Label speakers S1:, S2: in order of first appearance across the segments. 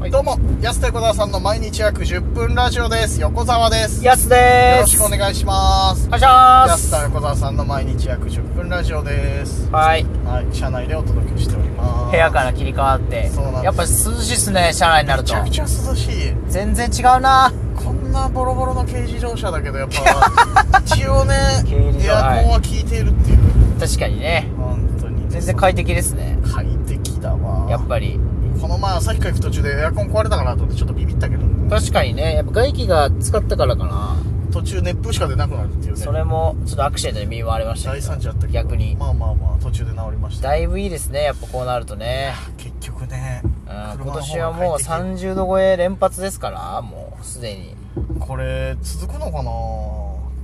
S1: はい
S2: どうも、安手小沢さんの毎日約10分ラジオです。横澤です。よ
S1: やすで
S2: ろ
S1: ーす
S2: しくお願いします。
S1: お願いしま
S2: 安
S1: す
S2: 田横澤さんの毎日約10分ラジオです。
S1: はい
S2: はい、車内でお届けしております。。
S1: 部屋からら切り替わって
S2: そうなんです
S1: やっぱ涼しいっすね車内になる
S2: め
S1: と
S2: ちゃくちゃ涼しい。
S1: 全然違うな
S2: こんなボロボロの軽自動車だけど、やっ ぱ、一応ね
S1: 軽自動、車
S2: エアコンは効いているっていう。
S1: 確かにね
S2: 本当に。
S1: 全然快適ですね
S2: 快適だわ。
S1: やっぱり
S2: この前旭川行く途中でエアコン壊れたかなと思ってちょっとビビったけど、
S1: 確かにねやっぱ外気が使ったからかな
S2: 途中熱風しか出なくなるっていうね。
S1: それもちょっとアクシデントに見舞われましたけ
S2: 大
S1: ど
S2: 惨事あったけど
S1: 逆に
S2: まあまあまあ途中で治りました
S1: だいぶいいですねやっぱこうなるとね
S2: 結局ね
S1: うん
S2: 車の
S1: 今
S2: 方が
S1: 年はもう
S2: 快適
S1: 30度超え連発ですからもうすでに
S2: これ続くのかな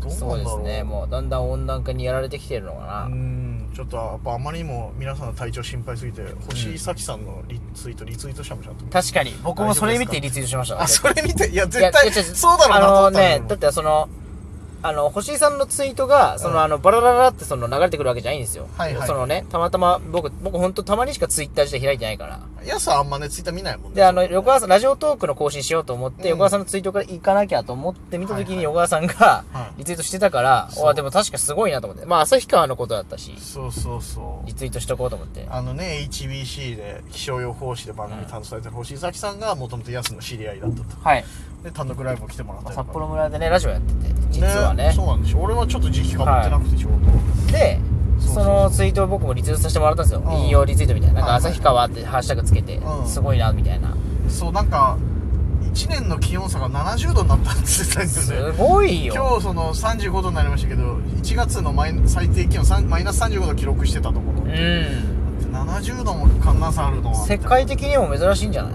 S2: どう
S1: そ
S2: な
S1: うんで
S2: だろ
S1: す
S2: う
S1: ねもうだんだん温暖化にやられてきてるのかな、
S2: うんちょっとやっぱあまりにも皆さんの体調心配すぎて星井咲さんのリツイートリツイートしたもんちゃんと
S1: 確かに僕もそれ見てリツイートしました
S2: あそれ見ていや
S1: いや
S2: 絶対
S1: 違う違う
S2: そうだろうなと思
S1: あの
S2: ったんだ
S1: ね
S2: よ
S1: だってそのあの星井さんのツイートがその、
S2: うん
S1: あのバララララってその流れてくるわけじゃないんですよ、
S2: はいはい
S1: そのねたまたま僕僕本当たまにしかツイッター自体開いてないから
S2: やすはあんまねツイッター見ないもんね
S1: であの
S2: そう
S1: 横川さんラジオトークの更新しようと思って、
S2: うん
S1: 横川さんのツイートから行かなきゃと思って見た時
S2: はいは
S1: に
S2: い
S1: 横川さんが
S2: はい
S1: リツイートしてたから、
S2: そう
S1: わでも確かすごいなと思ってまあ旭川のことだったし
S2: そうそうそう
S1: リツイートしとこうと思って
S2: あのね HBC で気象予報士で番組担当されてる星井咲さんがもともとやすの知り合いだったと
S1: はい
S2: で単独ライブも来てもらったりと
S1: 札
S2: か
S1: 幌村でねラジオやってて実はね
S2: そうなんですよ俺はちょっと時期かぶってなくてちょう
S1: で
S2: そうそうそう
S1: そのツイートを僕もリツイートさせてもらったんですよ、
S2: うん
S1: 引用リツイートみたいななんか
S2: はいはい
S1: 旭川ってハッシュタグつけて、
S2: うん
S1: すごいなみたいな
S2: ど、そうなんか1年の気温差が70度になったって言ってたんです
S1: す
S2: よね
S1: ごいよ
S2: 今日その35度になりましたけど1月のマイ最低気温さんマイナス35度記録してたところ
S1: うん
S2: 70度も寒暖差あるのは
S1: 世界的にも珍しいんじゃない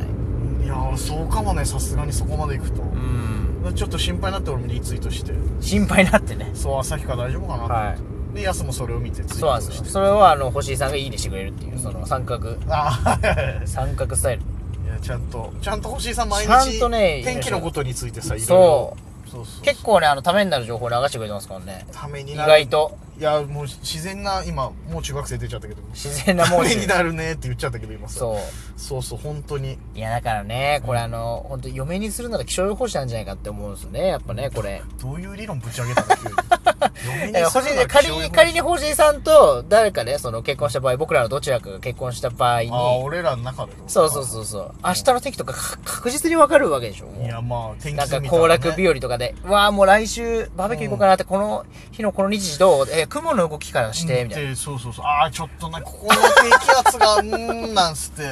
S2: いやーそうかもねさすがにそこまでいくと、
S1: うん
S2: ちょっと心配になって俺もリツイートして
S1: 心配になってね
S2: そう旭川大丈夫かなと思
S1: は
S2: って、でヤスもそれを見てツイー
S1: そうなん
S2: トし
S1: で
S2: て
S1: すよそれはあの星井さんがいいねしてくれるっていうその三角
S2: あーはいはいはい
S1: 三角スタイル
S2: いやちゃんとちゃんと星井さん毎日
S1: ちゃんとね
S2: 天気のことについてさいろいろ
S1: そ
S2: そうそう
S1: う結構ねあのためになる情報流してくれてますからね
S2: ために
S1: 意
S2: なる
S1: 外と
S2: いやもう自然な今もう中学生出ちゃったけど
S1: 自然なも
S2: た
S1: ん
S2: め
S1: で
S2: になるねって言っちゃったけど今さ
S1: そう
S2: そうそう本当に
S1: いやだからねこれあの本当嫁にするなら気象予報士なんじゃないかって思うんですよねやっぱねこれ
S2: どういう理論ぶち上げたの急に読み
S1: だから
S2: す
S1: 星
S2: る
S1: 井
S2: な
S1: で仮
S2: 気象予
S1: に、
S2: 報
S1: 仮に星井さんと誰かね、その結婚した場合、僕らのどちらかが結婚した場合に、
S2: ああ俺らの中でどか
S1: そうそうそうそう、明日の天気とかか確実にわかるわけでしょ、もう
S2: いやまあ天気
S1: なんか
S2: 図見た
S1: 行
S2: らね
S1: 楽日和とかで、うわあもう来週バーベキュー行こうかなって、この日のこの日時どうえー雲の動きからして、みたい
S2: でそうそうそうああちょっとねここの低気圧がうーんなんつって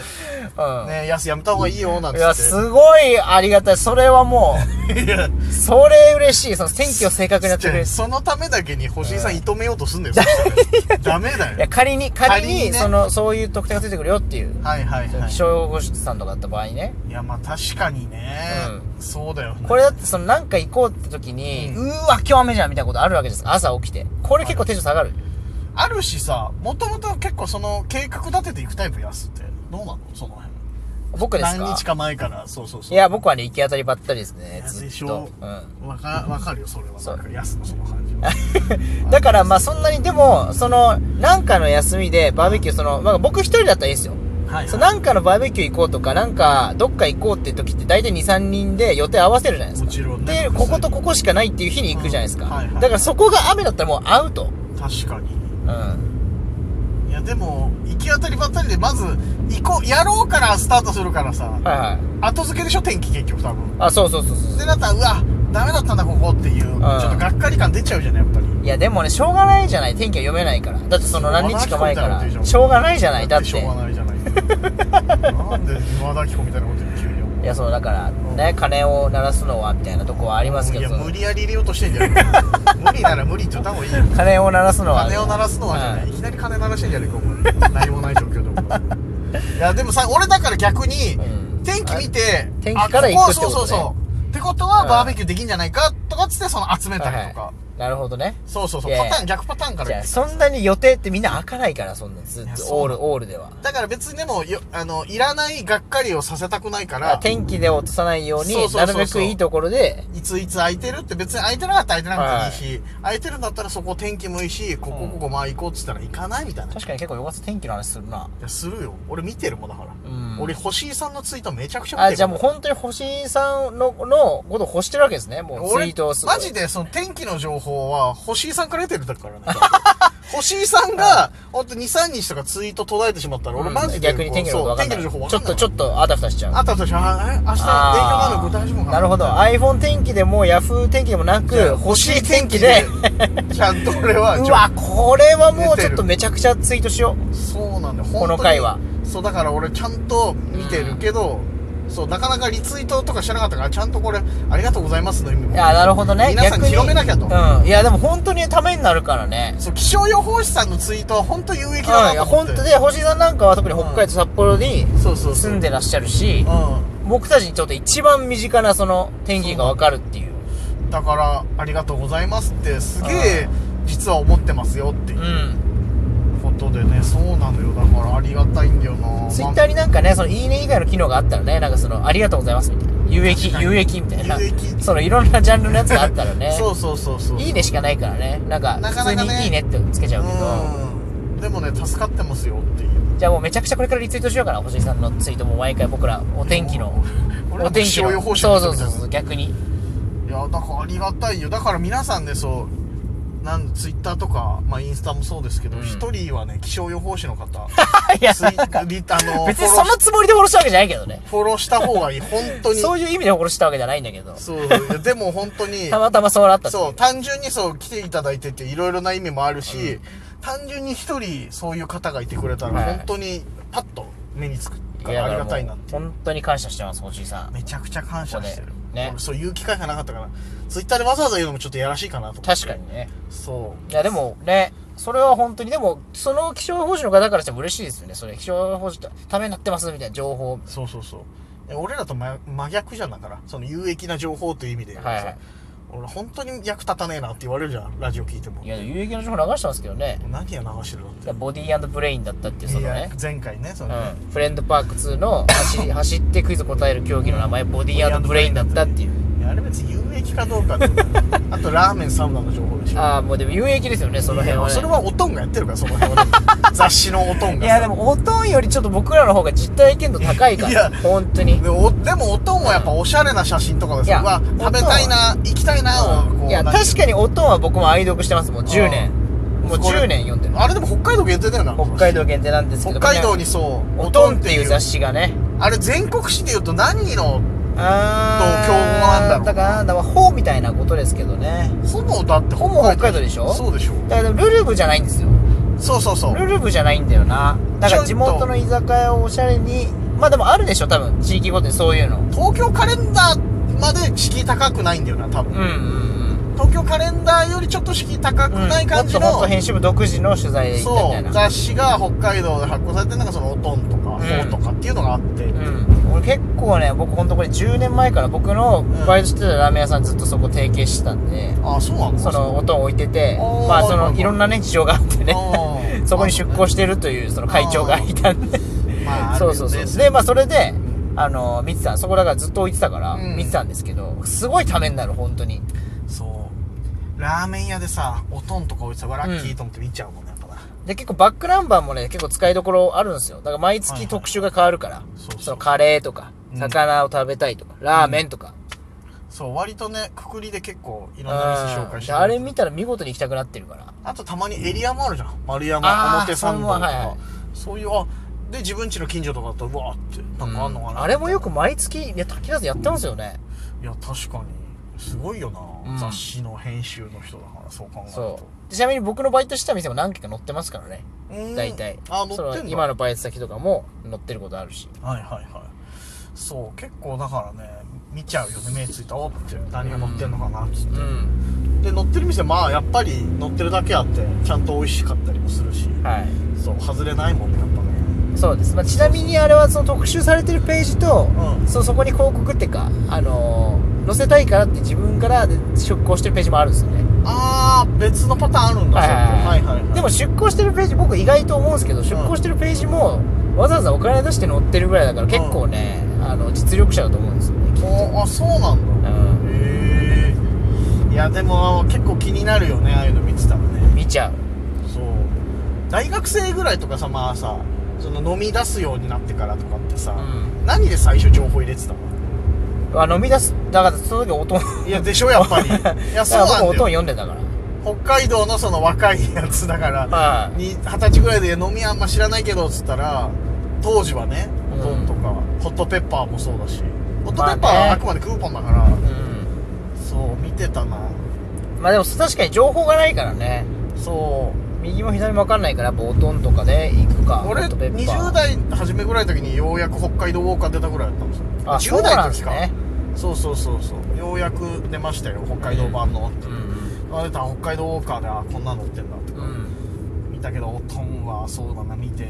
S1: な。うん。
S2: ねやすやめた方がいいよなんつ
S1: い
S2: っ
S1: や、
S2: て
S1: すごいありがたい。それはも
S2: いや
S1: う、それ嬉しい。その天気を正確にやってくれる。
S2: そのためだけに星井さん射止めようとすんだよ、そしたらダメだ
S1: いや、
S2: よ
S1: 仮に、仮
S2: 仮に
S1: に、
S2: ね
S1: その、そういう特典がついてくるよっていう、
S2: はいはいはい
S1: 気象予報士さんとかだった場合ね。
S2: いやまあ確かにね、そうだよね
S1: これだってそのなんか行こうって時に、
S2: う
S1: うーわ、今日雨じゃんみたいなことあるわけです朝起きて。これ結構テンション下がる。
S2: あるしさもともと結構その計画立てていくタイプやすってどうなのその辺
S1: 僕ですか
S2: 何日か前からそうそうそう
S1: いや、僕はね、行き当たりばったりですね、
S2: や
S1: ず
S2: で
S1: っ
S2: しょ
S1: と。うん。
S2: わかわかるよそれは
S1: そう
S2: なんかやすのその感じは
S1: だから、まあそんなに、でも、その、なんかの休みでバーベキュー、その、まあ僕一人だったらいいですよ。
S2: はい
S1: そ
S2: は
S1: うなんかのバーベキュー行こうとか、なんか、どっか行こうって時って、大体2、3人で予定合わせるじゃないですか。
S2: もちろんね
S1: で、こことここしかないっていう日に行くじゃないですか。
S2: うんはいはい
S1: だからそこが雨だったらもうアウト。
S2: い確かに
S1: うん。
S2: いやでも行き当たりばったりでまず行こうやろうからスタートするからさ
S1: はいはい。
S2: 後付けでしょ天気結局多分
S1: あ、そうそうそうそうそう
S2: で。なったらうわダメだったんだここっていうちょっとがっかり感出ちゃうじゃないやっぱり
S1: いやでもね、しょうがないじゃない。天気は読めないから。だってその何日か前か
S2: しょうがないことやって
S1: ら。
S2: るで
S1: し
S2: しょ
S1: ょうがないじゃない。だって。
S2: しょうが
S1: い
S2: ないじゃないなんで和田アキ子みたいなこと言う急に
S1: や、そうだから、ね、鐘を鳴らすのは、みたいなとこはありますけ
S2: い
S1: ど
S2: や。無理やり入れようとしてんじ ゃねえ無理なら無理って言った方がいいよ
S1: 鐘を鳴らすのは。
S2: 鐘を鳴らすのはじゃない、
S1: うん
S2: い、きなり鐘鳴らしてんじゃねえかお前 何もない状況でもいやでもさ俺だから逆に、
S1: うん
S2: 天気見て
S1: 天気から行くってことね
S2: あここはそうそうそうってことはバーベキューできんじゃないかとかっつってその集めたりとか、
S1: なるほどね。
S2: そうそうそう、
S1: いやい
S2: パ
S1: や
S2: ターン、逆パターンから
S1: じゃ
S2: 言っ
S1: あ、
S2: て
S1: そんなに予定ってみんな開かないから、そんなずっ
S2: いや
S1: と、オ
S2: そ
S1: ー
S2: う
S1: ル、オールでは。
S2: だから別にでもよ、あの、いらないがっかりをさせたくないから、
S1: 天気で落とさないよう
S2: そう
S1: に、
S2: そうそ
S1: な
S2: うそ
S1: る
S2: う
S1: べくいいところで、
S2: いついつ空いてるって別に空いてなかったら空いてなかったらいいし、空いてるんだったらそこ天気もいいし、こ
S1: う
S2: こ
S1: ん
S2: ここまあ行こうっつったら行かないみたいな。い
S1: 確かに結構よかった天気の話するな。
S2: や、するよ。俺見てるもんだから。
S1: うん。
S2: 俺、星井さんのツイートめちゃくちゃ見てる。
S1: あ、じゃあもう本当に星井さんの、のことを欲してるわけですね。もうツイ
S2: 俺
S1: ートをす、
S2: マジ
S1: で
S2: でその天気の情報は星井さんから得てるだからね。 多分星井さんが、ほんと2、3日とかツイート途絶えてしまったら、俺マジでこ
S1: 逆
S2: う、
S1: に天気のこと
S2: そう
S1: わか
S2: 天
S1: ん
S2: 気
S1: な
S2: の
S1: い。
S2: 情報わ
S1: ち
S2: か
S1: ょ
S2: ん
S1: っ
S2: な
S1: と、
S2: い。
S1: ちょっとあたふたしちゃう。
S2: あったとし、あ、え明日影響
S1: あー
S2: なのこれ大丈夫かな
S1: なるほど。iPhone 天気でも、Yahoo 天気でもな
S2: じゃ
S1: く、
S2: あ
S1: 星井天気 で、
S2: ちゃんと俺は、
S1: うわ、これはもうちょっ
S2: 出て
S1: と
S2: る
S1: めちゃくちゃツイートしよう。
S2: そうなんだよ
S1: この回は
S2: 本当にそうだから俺ちゃんと見てるけど、そうなかなかリツイートとかしてなかったからちゃんとこれありがとうございますの意味も
S1: いや、なるほどね。
S2: 皆さ
S1: 逆
S2: ん
S1: に
S2: 広めなきゃと
S1: うん。いや、でも本当にためになるからね。
S2: そう気象予報士さんのツイートは本当有益
S1: うん、
S2: だ
S1: い
S2: な
S1: や
S2: と思っ
S1: 本
S2: て、
S1: 当で、星井さんなんかは特に北海道札幌に
S2: そうそうそう
S1: 住んでらっしゃるし、
S2: う
S1: 僕たちにとって一番身近なその天気がわかるっていう。。
S2: んだからありがとうございますってすげえ実は思ってますよっていううんことでねそうなのよだからありがたいんだよな
S1: ツイッターになんかね、そのいいね以外の機能があったらね、なんかその、ありがとうございますみたいな。有益
S2: 確、かに
S1: 有益みたいな
S2: 有益。。
S1: そのいろんなジャンルのやつがあったらね
S2: そうそうそうそう
S1: いいねしかないからね。なんか、
S2: なか
S1: 普通
S2: なかね
S1: にいいねってつけちゃうけど。
S2: うんでもね助かってますよっていう
S1: じゃあもうめちゃくちゃこれからリツイートしようかな。星井さんのツイートも毎回僕ら、お天気の。
S2: 俺ら
S1: お
S2: も
S1: 天
S2: 気
S1: 気
S2: 象
S1: の。
S2: 予報士
S1: そ
S2: の
S1: う
S2: 人
S1: そ
S2: み
S1: う
S2: た
S1: そう
S2: いな
S1: そう、逆に。
S2: いやだからありがたいよだから皆さんねそうなんツイッターとか、まあ、インスタもそうですけど
S1: うん
S2: 一、人はね気象予報士の方
S1: いや、
S2: ツイリあの
S1: 別に
S2: フォ
S1: そ
S2: ロー
S1: のつもりで殺したわけじゃないけどね。
S2: フォローした方がいい本当に
S1: そういう意味で殺したわけじゃないんだけど。
S2: そういやでも本当に
S1: たまたまそうなったってい
S2: そう単純にそう来ていただいてっていろいろな意味もあるし、単純に一人そういう方がいてくれたら、
S1: はい
S2: 本当にパッと目につくか
S1: いや
S2: らあり
S1: だ
S2: が
S1: か
S2: た
S1: ら
S2: い
S1: も
S2: な
S1: う
S2: って
S1: 本当に感謝してます、星井さん。
S2: めちゃくちゃ感謝して
S1: こ。こ
S2: る
S1: でね
S2: 俺そういう機会がなかったから、ツイッターでわざわざ言うのもちょっとやらしいかなと思って。
S1: 確かにね。
S2: そ
S1: いや、でもね、それは本当に、でも、その気象予報士の方からしても嬉しいですよね。それ、気象予報士とためになってますみたいな情報。
S2: う。そうそうそう。え俺らと真真逆じゃんだから、その有益な情報という意味で言うとさ、
S1: はいはい
S2: 俺本当に役立たねえなって言われるじゃん、ラジオ聞いても
S1: い。や、有益な情報流してますけどね。
S2: 何を流してるのって。
S1: ボディブレインだったっていう、そ
S2: い
S1: の
S2: や
S1: ね。
S2: 前回ね、そのね、
S1: うん、フレンドパーク2の走 り走ってクイズ答える競技の名前ボディーブレインだったっていう
S2: いやあれ別に有益かどうかって。 あとラーメンサウナの情報でしょ。
S1: ああもうでも有益ですよねその辺は、
S2: い
S1: ね、
S2: やそれはおとんがやってるから、その 辺はね。雑誌のおとんが
S1: い
S2: さ。
S1: やでもおとんよりちょっと僕らの方が実体験度高いか
S2: い
S1: ら
S2: や
S1: 本当に
S2: でもおでもおとんはやっぱおしゃれな写真とか
S1: い
S2: で
S1: や
S2: さうわ食べたいな行きたいなをこう
S1: いや
S2: なんか
S1: 確かにおとんは僕も愛読してますもう10年
S2: うん
S1: もう10年読んでる
S2: あれでも北海道限定だよな
S1: 北海道限定なんですけ
S2: 北
S1: ど
S2: 海道
S1: に
S2: にそう
S1: おとんっていう雑
S2: 誌
S1: 誌がね
S2: あれ全国紙で言うと何人の
S1: あー
S2: と競合なんだろうな
S1: だからなんだまあほうみたいなことですけどね
S2: ほぼだって
S1: ほぼ北海道でしょ
S2: そうでしょ
S1: だからでもルルブじゃないんですよ
S2: そうそうそう
S1: ルルブじゃないんだよなだから地元の居酒屋をおしゃれにまあでもあるでしょ多分地域ごとにそういうの
S2: 東京カレンダーまで敷居高くないんだよな多
S1: うん
S2: 分
S1: うんうん
S2: 東京カレンダーよりちょっと敷居高く
S1: うん
S2: ない感じ
S1: もっともっ
S2: の
S1: と編集部独自の取材で行ったみ
S2: そ
S1: たいうな
S2: 雑誌が北海道で発行されてなんかそのおとんとか
S1: ん
S2: ほうとかっていうのがあって
S1: うん俺結構ね僕ほんとこれ10年前から僕の
S2: ん
S1: バイトしてたラーメン屋さんずっとそこ提携してたんで
S2: ああそうなんだ
S1: その音を置いてて
S2: おー
S1: まあそ
S2: はいは
S1: の
S2: いはい
S1: いろんなね事情があってね
S2: う ん
S1: そこに出向してるというその会長がいたんで
S2: まあ、
S1: そうそうそう
S2: で、
S1: でまあそれであの見てたそこだからずっと置いてたから
S2: うん
S1: 見てたんですけどすごいためになる本当に
S2: そう。ラーメン屋でさ、おとんとか置いてたらラッキーと思って見ちゃうもんね、やっぱな。
S1: で、結構バックナンバーもね、結構使いどころあるんですよ。だから毎
S2: はいは
S1: 月
S2: い
S1: 特集が変わるから。
S2: そうそう
S1: そのカレーとか、
S2: うん
S1: 魚を食べたいとか、ラーメンとか。
S2: そう、割とね、くくりで結構い
S1: うん、
S2: ろんな店紹介して
S1: であれ見たら見事に行きたくなってるから。
S2: あとたまにエリアもあるじゃん。丸山、
S1: あー
S2: 表参道と
S1: それもはいはい
S2: か。そういう、あ、で、自分家の近所とかだと、うわーって、なんかあんのかな、
S1: あれもよく毎月、いや、滝田さんやってますよね。
S2: いや、確かに。すごいよな、
S1: うん
S2: 雑誌の編集の人だから、そう考える
S1: そ
S2: と。
S1: う。でちなみに僕のバイトしてた店も何軒か載ってますからね。
S2: うん
S1: 大体。
S2: あ、乗って
S1: そ
S2: ん
S1: の
S2: だ。
S1: 今のバイト先とかも載ってることあるし。
S2: はいはいはいそう結構だからね見ちゃうよね目ついたおって何が乗ってんのかなっつっ
S1: う
S2: て、
S1: ん。
S2: で乗ってる店まあやっぱり乗ってるだけあってちゃんと美味しかったりもするし
S1: はい。
S2: そう外れないもんねやっぱね
S1: そうです、まあ、ちなみにあれはその特集されてるページと、
S2: うん
S1: そうそこに広告っていうか、あのー載せたいからって自分からで出稿してるページもあるんですよね
S2: あー別のパターンあるんだ
S1: はい
S2: そうやってはいはいはい
S1: でも出稿してるページ僕意外と思うんですけど出稿してるページもわざわざお金出して載ってるぐらいだから結構ね、あの実力者だと思うんですよね
S2: おあそうなんだ
S1: うん
S2: へえいやでも結構気になるよねああいうの見てたらね
S1: 見ちゃう
S2: そう大学生ぐらいとかさまあさその飲み出すようになってからとかってさ、
S1: う
S2: 何で最初情報入れてたの
S1: あ飲み出すだからその時音を
S2: いやでしょや っぱりいやそうなんだ
S1: 僕音を
S2: よ
S1: 読んでたから
S2: 北海道のその若いやつだから
S1: はい
S2: に二十歳ぐらいで飲みあんま知らないけどっつったら当時はね
S1: うん
S2: うどんとか、ホットペッパーもそうだしホットペ
S1: まあね
S2: ッパーはあくまでクーポンだから、
S1: うん
S2: そう見てたな
S1: まあでも確かに情報がないからね
S2: そう
S1: 右も左も分かんないからやっぱ音とかで行くか
S2: 俺
S1: ホットペッパー
S2: 20代初めぐらいの時にようやく北海道ウォーカー出たぐらいだったんですよ
S1: あ
S2: 10
S1: そう
S2: 代の時か
S1: なんですね
S2: そうそうそうそうようやく出ましたよ北海道版の、
S1: うん
S2: あ出た北海道ウォーカーであこんなの売ってんだって、
S1: うん
S2: 見たけどトンはそうだな見て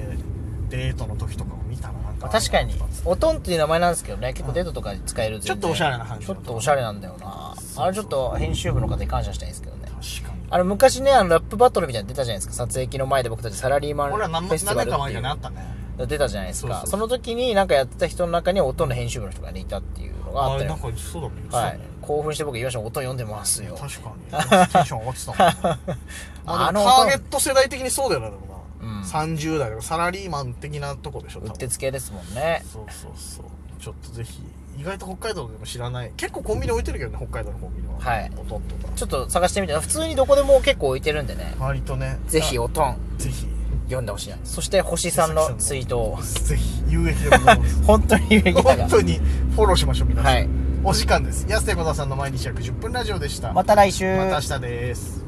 S2: デートの時とかも見たななんか
S1: 確かにおとんっていう名前なんですけどね結構デートとかで使える
S2: ちょっとおしゃれな感じ
S1: ちょっとおしゃれなんだよなあれちょっと編集部の方に感謝したいんですけどね
S2: 確かに
S1: あの昔ねあのラップバトルみたいなの出たじゃないですか撮影機の前で僕たちサラリーマンフ
S2: 俺ら何も
S1: ェスティ
S2: 何
S1: バ
S2: 年
S1: ル
S2: か
S1: って
S2: 前
S1: い
S2: か
S1: う
S2: にあったね
S1: の出たじゃないですか
S2: そうそうそう
S1: その時になんかやってた人の中に音の編集部の人がねいたっていうのがあ
S2: あ
S1: った
S2: れな
S1: よ
S2: んかそうだね言って
S1: は
S2: た
S1: い
S2: ね、
S1: 興奮して僕言いました音読んでますよ
S2: 確かに テンション上がってたもんねまあでも
S1: あの
S2: ターゲット世代的にそうだよなでもな、
S1: うん
S2: 30代とかサラリーマン的なとこでしょ
S1: う
S2: 多
S1: って
S2: 分
S1: つけですもんね
S2: そうそうそうちょっとぜひ意外と北海道でも知らない結構コンビニ置いてるけどね北海道のコンビニは
S1: はい
S2: おとんとか
S1: ちょっと探してみたら普通にどこでも結構置いてるんでね
S2: 割とね
S1: ぜひ
S2: あ
S1: おとん
S2: ぜひ
S1: 読んでほしいなそして星さんのツイートを
S2: ぜひ有益でございます
S1: 本当に有益だから
S2: 本当にフォローしましょう皆さん、
S1: はい
S2: お時間です安手小田さんの毎日約10分ラジオでした
S1: また来週
S2: また明日です